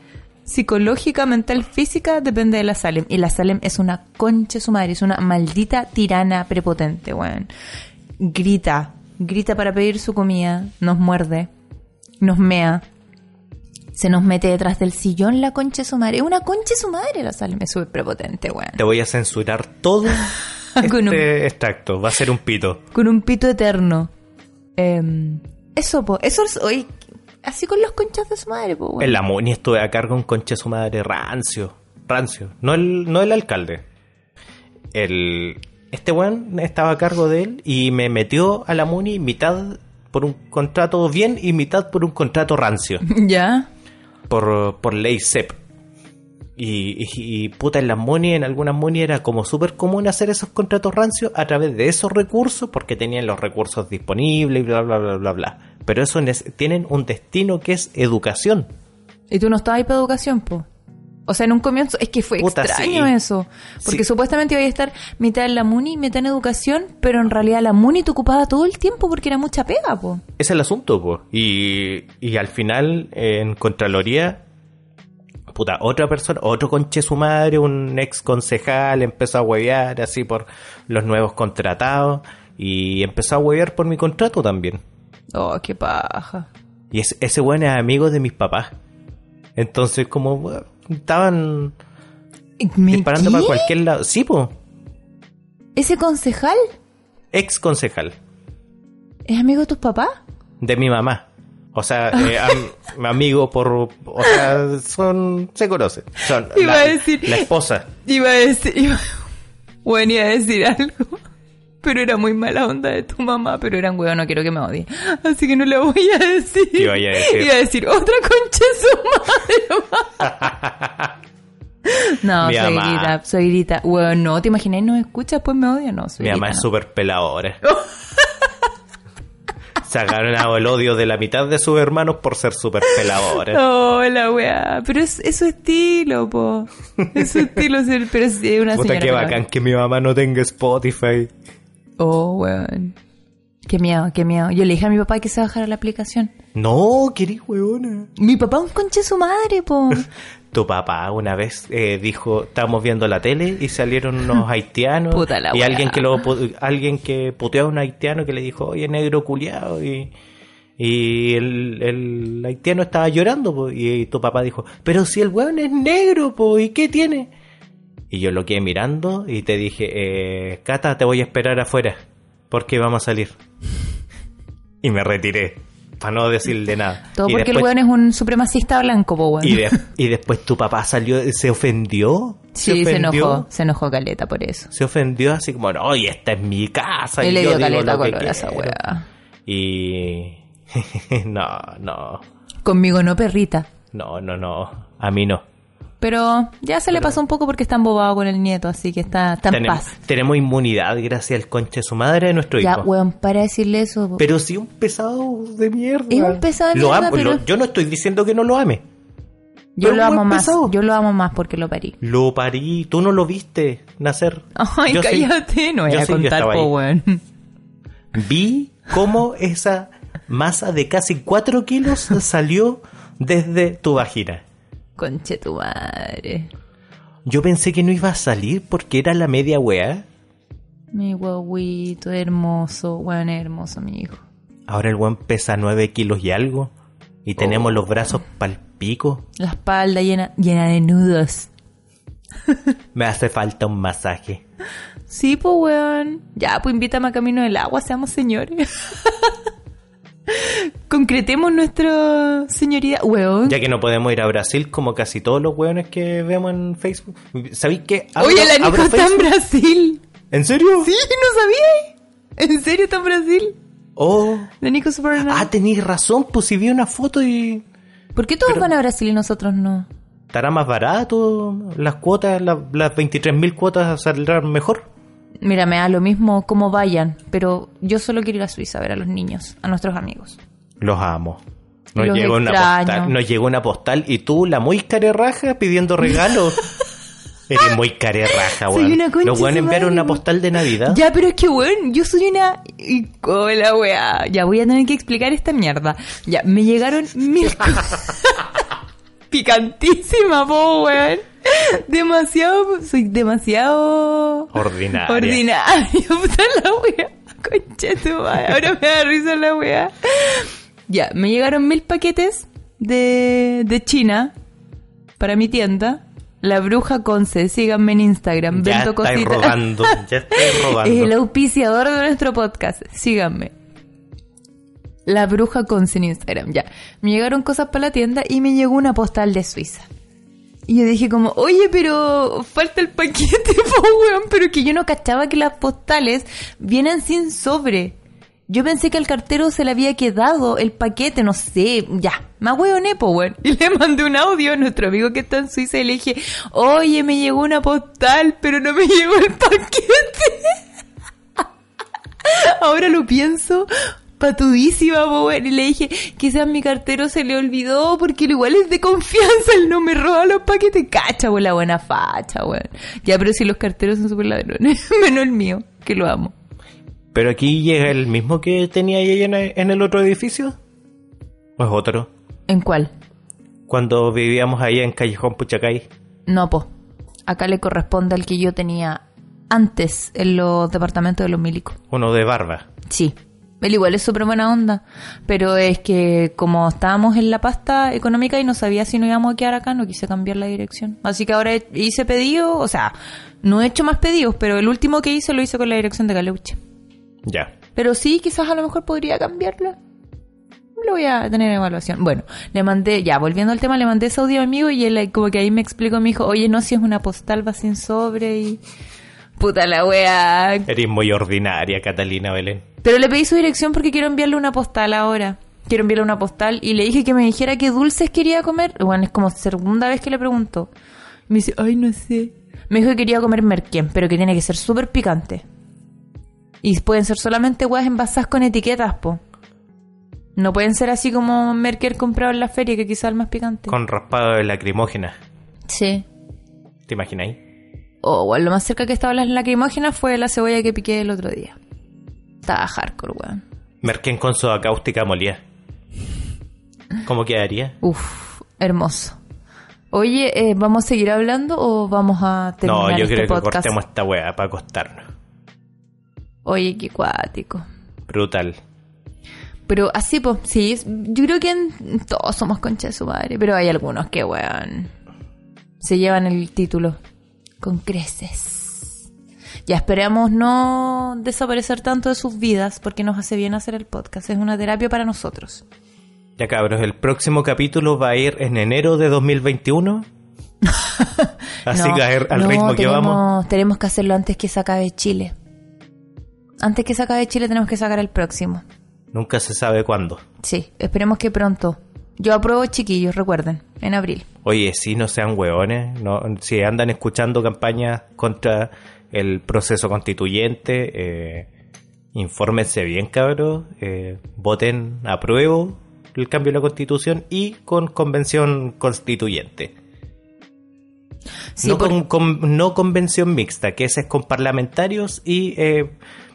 [SPEAKER 3] psicológica, mental, física depende de la Salem. Y la Salem es una concha de su madre, es una maldita tirana prepotente, weón. Grita, grita para pedir su comida, nos muerde, nos mea. Se nos mete detrás del sillón la concha de su madre. Es una concha de su madre la Salem. Es súper prepotente, weón.
[SPEAKER 2] Te voy a censurar todo
[SPEAKER 3] Con un-
[SPEAKER 2] este extracto. Va a ser un pito.
[SPEAKER 3] con un pito eterno. Em, eso, po, eso es hoy. Así con los conchas de su madre, po. weón.
[SPEAKER 2] En la Muni estuve a cargo un conche su madre rancio. Rancio. No el, no el alcalde. El, este weón estaba a cargo de él y me metió a la Muni mitad por un contrato bien y mitad por un contrato rancio.
[SPEAKER 3] Ya.
[SPEAKER 2] Por, por ley CEP. Y, y- y, puta, en las Moni, en algunas Moni era como súper común hacer esos contratos rancios a través de esos recursos porque tenían los recursos disponibles y bla, bla, bla, bla, bla. Pero eso nes- tienen un destino que es educación.
[SPEAKER 3] Y tú no estabas ahí para educación, po. O sea, en un comienzo es que fue
[SPEAKER 2] Puta,
[SPEAKER 3] extraño
[SPEAKER 2] sí.
[SPEAKER 3] eso. Porque
[SPEAKER 2] Sí.
[SPEAKER 3] supuestamente iba a estar mitad en la MUNI, mitad en educación, pero en realidad la MUNI te ocupaba todo el tiempo porque era mucha pega, po.
[SPEAKER 2] Es el asunto, po. Y, y al final, en Contraloría, puta, otra persona, otro conche su madre, un ex concejal, empezó a huevear así por los nuevos contratados y empezó a huevear por mi contrato también.
[SPEAKER 3] Oh, qué paja.
[SPEAKER 2] Y es- ese weón es amigo de mis papás. Entonces, como weón, estaban disparando
[SPEAKER 3] ¿Qué?
[SPEAKER 2] para cualquier lado. Sí, po,
[SPEAKER 3] ¿Ese concejal
[SPEAKER 2] ex concejal
[SPEAKER 3] es amigo de tus papás?
[SPEAKER 2] de mi mamá. O sea, eh, am- amigo por. O sea, son. Se conocen. Son
[SPEAKER 3] Iba
[SPEAKER 2] la,
[SPEAKER 3] a decir-
[SPEAKER 2] la esposa.
[SPEAKER 3] Iba a decir... Bueno, iba a decir algo. Pero era muy mala onda de tu mamá, pero era un huevo, no quiero que me odie. Así que no le voy a decir.
[SPEAKER 2] ¿Qué iba a decir?
[SPEAKER 3] Iba a decir, otra concha de su madre. no,
[SPEAKER 2] Mi
[SPEAKER 3] soy
[SPEAKER 2] mamá.
[SPEAKER 3] grita, soy grita. Bueno, no, te imaginas, no escuchas, pues me odia. No, soy
[SPEAKER 2] Mi mamá es
[SPEAKER 3] grita, no.
[SPEAKER 2] súper peladora. Sacaron a- el odio de la mitad de sus hermanos por ser súper peladores.
[SPEAKER 3] Oh, la weá. Pero es, es su estilo, po. Es su estilo ser, pero es una
[SPEAKER 2] Puta,
[SPEAKER 3] señora.
[SPEAKER 2] qué
[SPEAKER 3] pelada.
[SPEAKER 2] bacán que mi mamá no tenga Spotify.
[SPEAKER 3] Oh, weón. Qué miedo, qué miedo. Yo le dije a mi papá que se bajara la aplicación.
[SPEAKER 2] No, querís huevona.
[SPEAKER 3] Mi papá es un conche de su madre, po.
[SPEAKER 2] Tu papá una vez eh, dijo, estábamos viendo la tele y salieron unos haitianos
[SPEAKER 3] Puta la
[SPEAKER 2] y
[SPEAKER 3] weá.
[SPEAKER 2] alguien que lo pu- alguien que puteó a un haitiano que le dijo, oye negro culiao y, y el, el haitiano estaba llorando po, y tu papá dijo, pero si el weón es negro, po, ¿y qué tiene? Y yo lo quedé mirando y te dije, eh, Cata, te voy a esperar afuera porque vamos a salir. Y me retiré para no decirle nada.
[SPEAKER 3] Todo
[SPEAKER 2] Y
[SPEAKER 3] porque el
[SPEAKER 2] después-
[SPEAKER 3] weón es un supremacista blanco, po, weón.
[SPEAKER 2] y, de- y después tu papá salió, se ofendió.
[SPEAKER 3] Sí, se
[SPEAKER 2] ofendió,
[SPEAKER 3] enojó. Se enojó Caleta por eso.
[SPEAKER 2] Se ofendió así como, no, y esta es mi casa.
[SPEAKER 3] Él le
[SPEAKER 2] yo
[SPEAKER 3] dio
[SPEAKER 2] digo
[SPEAKER 3] Caleta
[SPEAKER 2] lo que
[SPEAKER 3] color a esa
[SPEAKER 2] quiero".
[SPEAKER 3] weá.
[SPEAKER 2] Y... no, no,
[SPEAKER 3] Conmigo no, perrita.
[SPEAKER 2] no, no, no, a mí no.
[SPEAKER 3] Pero ya se le pasó un poco porque está embobado con el nieto, así que está, está en
[SPEAKER 2] Tenemos,
[SPEAKER 3] paz.
[SPEAKER 2] tenemos inmunidad gracias al conche de su madre de nuestro
[SPEAKER 3] Ya,
[SPEAKER 2] hijo.
[SPEAKER 3] weón, para decirle eso. po.
[SPEAKER 2] Pero sí un pesado de mierda.
[SPEAKER 3] Es un pesado de
[SPEAKER 2] Lo
[SPEAKER 3] mierda,
[SPEAKER 2] amo,
[SPEAKER 3] pero-
[SPEAKER 2] lo- yo no estoy diciendo que no lo ame.
[SPEAKER 3] yo
[SPEAKER 2] pero
[SPEAKER 3] lo
[SPEAKER 2] un
[SPEAKER 3] amo
[SPEAKER 2] buen
[SPEAKER 3] más.
[SPEAKER 2] pesado.
[SPEAKER 3] Yo lo amo más porque lo parí.
[SPEAKER 2] Lo parí, tú no lo viste nacer.
[SPEAKER 3] Ay,
[SPEAKER 2] Yo sí.
[SPEAKER 3] cállate, no
[SPEAKER 2] Yo
[SPEAKER 3] era
[SPEAKER 2] sí, yo
[SPEAKER 3] contar,
[SPEAKER 2] estaba
[SPEAKER 3] po,
[SPEAKER 2] ahí.
[SPEAKER 3] weón.
[SPEAKER 2] vi cómo esa masa de casi 4 kilos salió desde tu vagina.
[SPEAKER 3] Conche tu madre.
[SPEAKER 2] Yo pensé que no iba a salir porque era la media weá.
[SPEAKER 3] Mi guaguito, hermoso, weón, hermoso, mi hijo.
[SPEAKER 2] Ahora el weón pesa 9 kilos y algo. Y tenemos
[SPEAKER 3] Oh.
[SPEAKER 2] los brazos pal pico.
[SPEAKER 3] La espalda llena, llena de nudos.
[SPEAKER 2] Me hace falta un masaje.
[SPEAKER 3] Sí, pues, weón. Ya, pues invítame a Camino del Agua, seamos señores. Concretemos nuestra señoría. Weón.
[SPEAKER 2] Ya que no podemos ir a Brasil como casi todos los weones que vemos en Facebook. ¿Sabéis qué? Abro-
[SPEAKER 3] Oye, la Nico
[SPEAKER 2] abro
[SPEAKER 3] está en
[SPEAKER 2] Facebook.
[SPEAKER 3] Brasil.
[SPEAKER 2] ¿En serio?
[SPEAKER 3] Sí, no sabía. ¿En serio está en Brasil?
[SPEAKER 2] Oh.
[SPEAKER 3] La Nico Super
[SPEAKER 2] Ah, tenéis razón, pues si vi una foto y...
[SPEAKER 3] ¿Por qué todos van a Brasil y nosotros no?
[SPEAKER 2] ¿Estará más barato? ¿Las cuotas, la- las 23.000 cuotas saldrán mejor?
[SPEAKER 3] Mira, me da lo mismo como vayan, pero yo solo quiero ir a Suiza a ver a los niños, a nuestros amigos.
[SPEAKER 2] Los amo. Nos,
[SPEAKER 3] Los
[SPEAKER 2] llegó una
[SPEAKER 3] extraño.
[SPEAKER 2] postal, nos llegó una postal y tú, la muy carerraja, pidiendo regalos. Eres muy carerraja,
[SPEAKER 3] Soy
[SPEAKER 2] weón.
[SPEAKER 3] una concha
[SPEAKER 2] Los weón
[SPEAKER 3] su
[SPEAKER 2] enviaron
[SPEAKER 3] madre,
[SPEAKER 2] una
[SPEAKER 3] weón.
[SPEAKER 2] postal de Navidad.
[SPEAKER 3] Ya, pero es que, weón, yo soy una... y- Hola, weá. Ya voy a tener que explicar esta mierda. Ya, me llegaron mil cosas. Picantísima, po, weón. Demasiado... Soy demasiado...
[SPEAKER 2] Ordinaria.
[SPEAKER 3] Ordinaria, puta la weá. Concha tu madre. Ahora me da risa la weá. Ya, me llegaron mil paquetes de, de China para mi tienda. La Bruja Conce, síganme en Instagram.
[SPEAKER 2] Ya
[SPEAKER 3] Vendo
[SPEAKER 2] estáis
[SPEAKER 3] cositas.
[SPEAKER 2] robando, ya estáis
[SPEAKER 3] Es el
[SPEAKER 2] robando.
[SPEAKER 3] auspiciador de nuestro podcast. Síganme. La bruja con sin Instagram, ya. Me llegaron cosas para la tienda y me llegó una postal de Suiza. Y yo dije como, oye, pero falta el paquete, po, weón. Pero que yo no cachaba que las postales vienen sin sobre. Yo pensé que al cartero se le había quedado el paquete, no sé, ya. Me hueoné, po, weón. Y le mandé un audio a nuestro amigo que está en Suiza y le dije, oye, me llegó una postal, pero no me llegó el paquete. Ahora lo pienso, patudísima, po, weón. Y le dije, quizás mi cartero se le olvidó, porque él igual es de confianza, él no me roba los paquetes. Cacha, weón, la buena facha, weón. Ya, pero si los carteros son súper ladrones, menos el mío, que lo amo.
[SPEAKER 2] Pero aquí llega el mismo que tenía ella en en el otro edificio. ¿O es otro?
[SPEAKER 3] ¿En cuál?
[SPEAKER 2] Cuando vivíamos allá en Callejón Puchacay.
[SPEAKER 3] No, po. Acá le corresponde al que yo tenía antes en los departamentos de los milicos.
[SPEAKER 2] Uno de barba.
[SPEAKER 3] Sí. Él igual es súper buena onda. Pero es que como estábamos en la pasta económica y no sabía si nos íbamos a quedar acá, no quise cambiar la dirección. Así que ahora he- hice pedido, o sea, no he hecho más pedidos, pero el último que hice lo hice con la dirección de Caleuche.
[SPEAKER 2] Ya.
[SPEAKER 3] Pero sí, quizás a lo mejor podría cambiarla. Lo voy a tener en evaluación. Bueno, le mandé, ya volviendo al tema, le mandé ese audio a mi amigo y él eh, como que ahí me explicó, me dijo, oye, no, si es una postal va sin sobre y... Puta la wea.
[SPEAKER 2] Eres muy ordinaria, Catalina Belén.
[SPEAKER 3] Pero le pedí su dirección porque quiero enviarle una postal ahora. Quiero enviarle una postal y le dije que me dijera qué dulces quería comer. Bueno, es como segunda vez que le pregunto. Me dice, ay, no sé. Me dijo que quería comer merquén, pero que tiene que ser súper picante. Y pueden ser solamente huevas envasadas con etiquetas, po. No pueden ser así como merker comprado en la feria, que quizá es el más picante.
[SPEAKER 2] Con raspado de lacrimógena.
[SPEAKER 3] Sí.
[SPEAKER 2] ¿Te imagináis?
[SPEAKER 3] O bueno, lo más cerca que estaba las lacrimógenas fue la cebolla que piqué el otro día. Estaba hardcore, weón.
[SPEAKER 2] Merquén con soda cáustica molía. ¿Cómo quedaría?
[SPEAKER 3] Uf, hermoso. Oye, eh, ¿vamos a seguir hablando o vamos a terminar
[SPEAKER 2] No, yo
[SPEAKER 3] este
[SPEAKER 2] creo que
[SPEAKER 3] podcast?
[SPEAKER 2] cortemos esta weá para acostarnos.
[SPEAKER 3] Oye, qué cuático.
[SPEAKER 2] Brutal.
[SPEAKER 3] Pero así, pues, sí, es- yo creo que en- todos somos concha de su madre, pero hay algunos que, weón, se llevan el título con creces. Ya esperamos no desaparecer tanto de sus vidas porque nos hace bien hacer el podcast. Es una terapia para nosotros.
[SPEAKER 2] Ya cabros, el próximo capítulo va a ir en enero de 2021. Así
[SPEAKER 3] No,
[SPEAKER 2] que al- al
[SPEAKER 3] no,
[SPEAKER 2] ritmo que
[SPEAKER 3] tenemos-
[SPEAKER 2] vamos.
[SPEAKER 3] Tenemos que hacerlo antes que se acabe Chile. Antes que se acabe Chile tenemos que sacar el próximo.
[SPEAKER 2] Nunca se sabe cuándo.
[SPEAKER 3] Sí, esperemos que pronto. Yo apruebo chiquillos, recuerden, en abril.
[SPEAKER 2] Oye, sí, no sean hueones. No, si andan escuchando campañas contra el proceso constituyente, eh, infórmense bien, cabros. eh, voten a prueba el cambio de la constitución y con convención constituyente.
[SPEAKER 3] Sí,
[SPEAKER 2] no,
[SPEAKER 3] por-
[SPEAKER 2] con, con- no convención mixta, que esa es con parlamentarios y eh,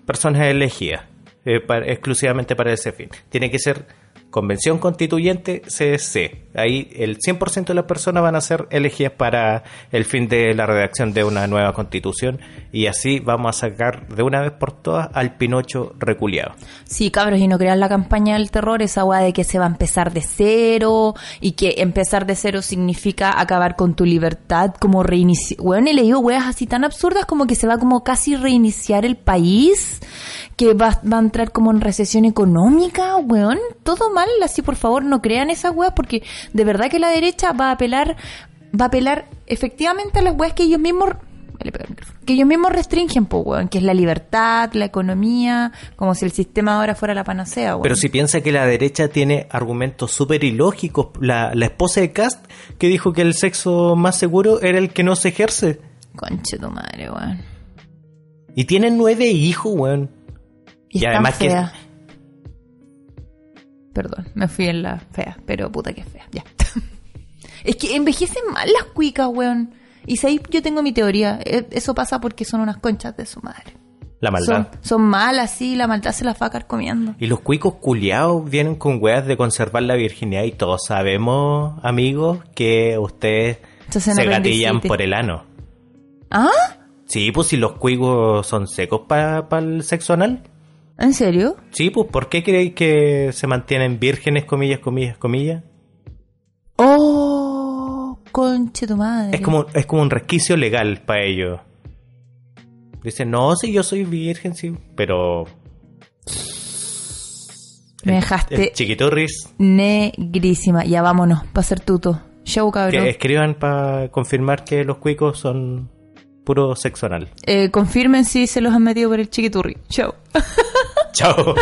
[SPEAKER 2] personas elegidas, eh, para- exclusivamente para ese fin. Tiene que ser convención constituyente CSC. Ahí el 100% de las personas van a ser elegidas para el fin de la redacción de una nueva constitución y así vamos a sacar de una vez por todas al Pinocho reculeado.
[SPEAKER 3] sí, cabros, y no crean la campaña del terror, esa agua de que se va a empezar de cero y que empezar de cero significa acabar con tu libertad, como reiniciar. Bueno, he leído weas así tan absurdas como que se va como casi reiniciar el país, que va, va a entrar como en recesión económica, weón. Todo mal, así por favor no crean esas weas porque de verdad que la derecha va a apelar, va a apelar efectivamente a las weas que ellos mismos Vale, pega el micrófono. Que ellos mismos restringen, po, weón, que es la libertad, la economía, como si el sistema ahora fuera la panacea, weón.
[SPEAKER 2] Pero si piensa que la derecha tiene argumentos súper ilógicos, la, la esposa de Cast que dijo que el sexo más seguro era el que no se ejerce.
[SPEAKER 3] Conche tu madre, weón.
[SPEAKER 2] Y tienen nueve hijos, weón.
[SPEAKER 3] Y,
[SPEAKER 2] Y
[SPEAKER 3] es
[SPEAKER 2] además
[SPEAKER 3] tan
[SPEAKER 2] que-
[SPEAKER 3] fea. Perdón, me fui en la fea, pero puta que fea, ya. es que envejecen mal las cuicas, weón. Y si ahí yo tengo mi teoría, e- eso pasa porque son unas conchas de su madre.
[SPEAKER 2] La
[SPEAKER 3] Son,
[SPEAKER 2] maldad.
[SPEAKER 3] son malas, sí, la maldad se las va carcomiendo.
[SPEAKER 2] Y los cuicos culiados vienen con weas de conservar la virginidad y todos sabemos, amigos, que ustedes
[SPEAKER 3] Se hacen
[SPEAKER 2] se gatillan
[SPEAKER 3] apendicitis.
[SPEAKER 2] por el ano.
[SPEAKER 3] ¿Ah?
[SPEAKER 2] Sí, pues si los cuicos son secos para el sexo anal.
[SPEAKER 3] ¿En serio?
[SPEAKER 2] Sí, pues ¿por qué creéis que se mantienen vírgenes, comillas, comillas, comillas?
[SPEAKER 3] Oh, conche tu madre.
[SPEAKER 2] Es como, es como un resquicio legal para ellos. Dicen, no, si yo soy virgen, sí, pero...
[SPEAKER 3] Me
[SPEAKER 2] el-
[SPEAKER 3] dejaste
[SPEAKER 2] el Chiquiturris.
[SPEAKER 3] negrísima. Ya vámonos, va a ser tuto. Show, cabrón.
[SPEAKER 2] Que escriban para confirmar que los cuicos son puro sexo anal.
[SPEAKER 3] Eh, confirmen si se los han metido por el chiquiturri. Show.
[SPEAKER 2] Chao.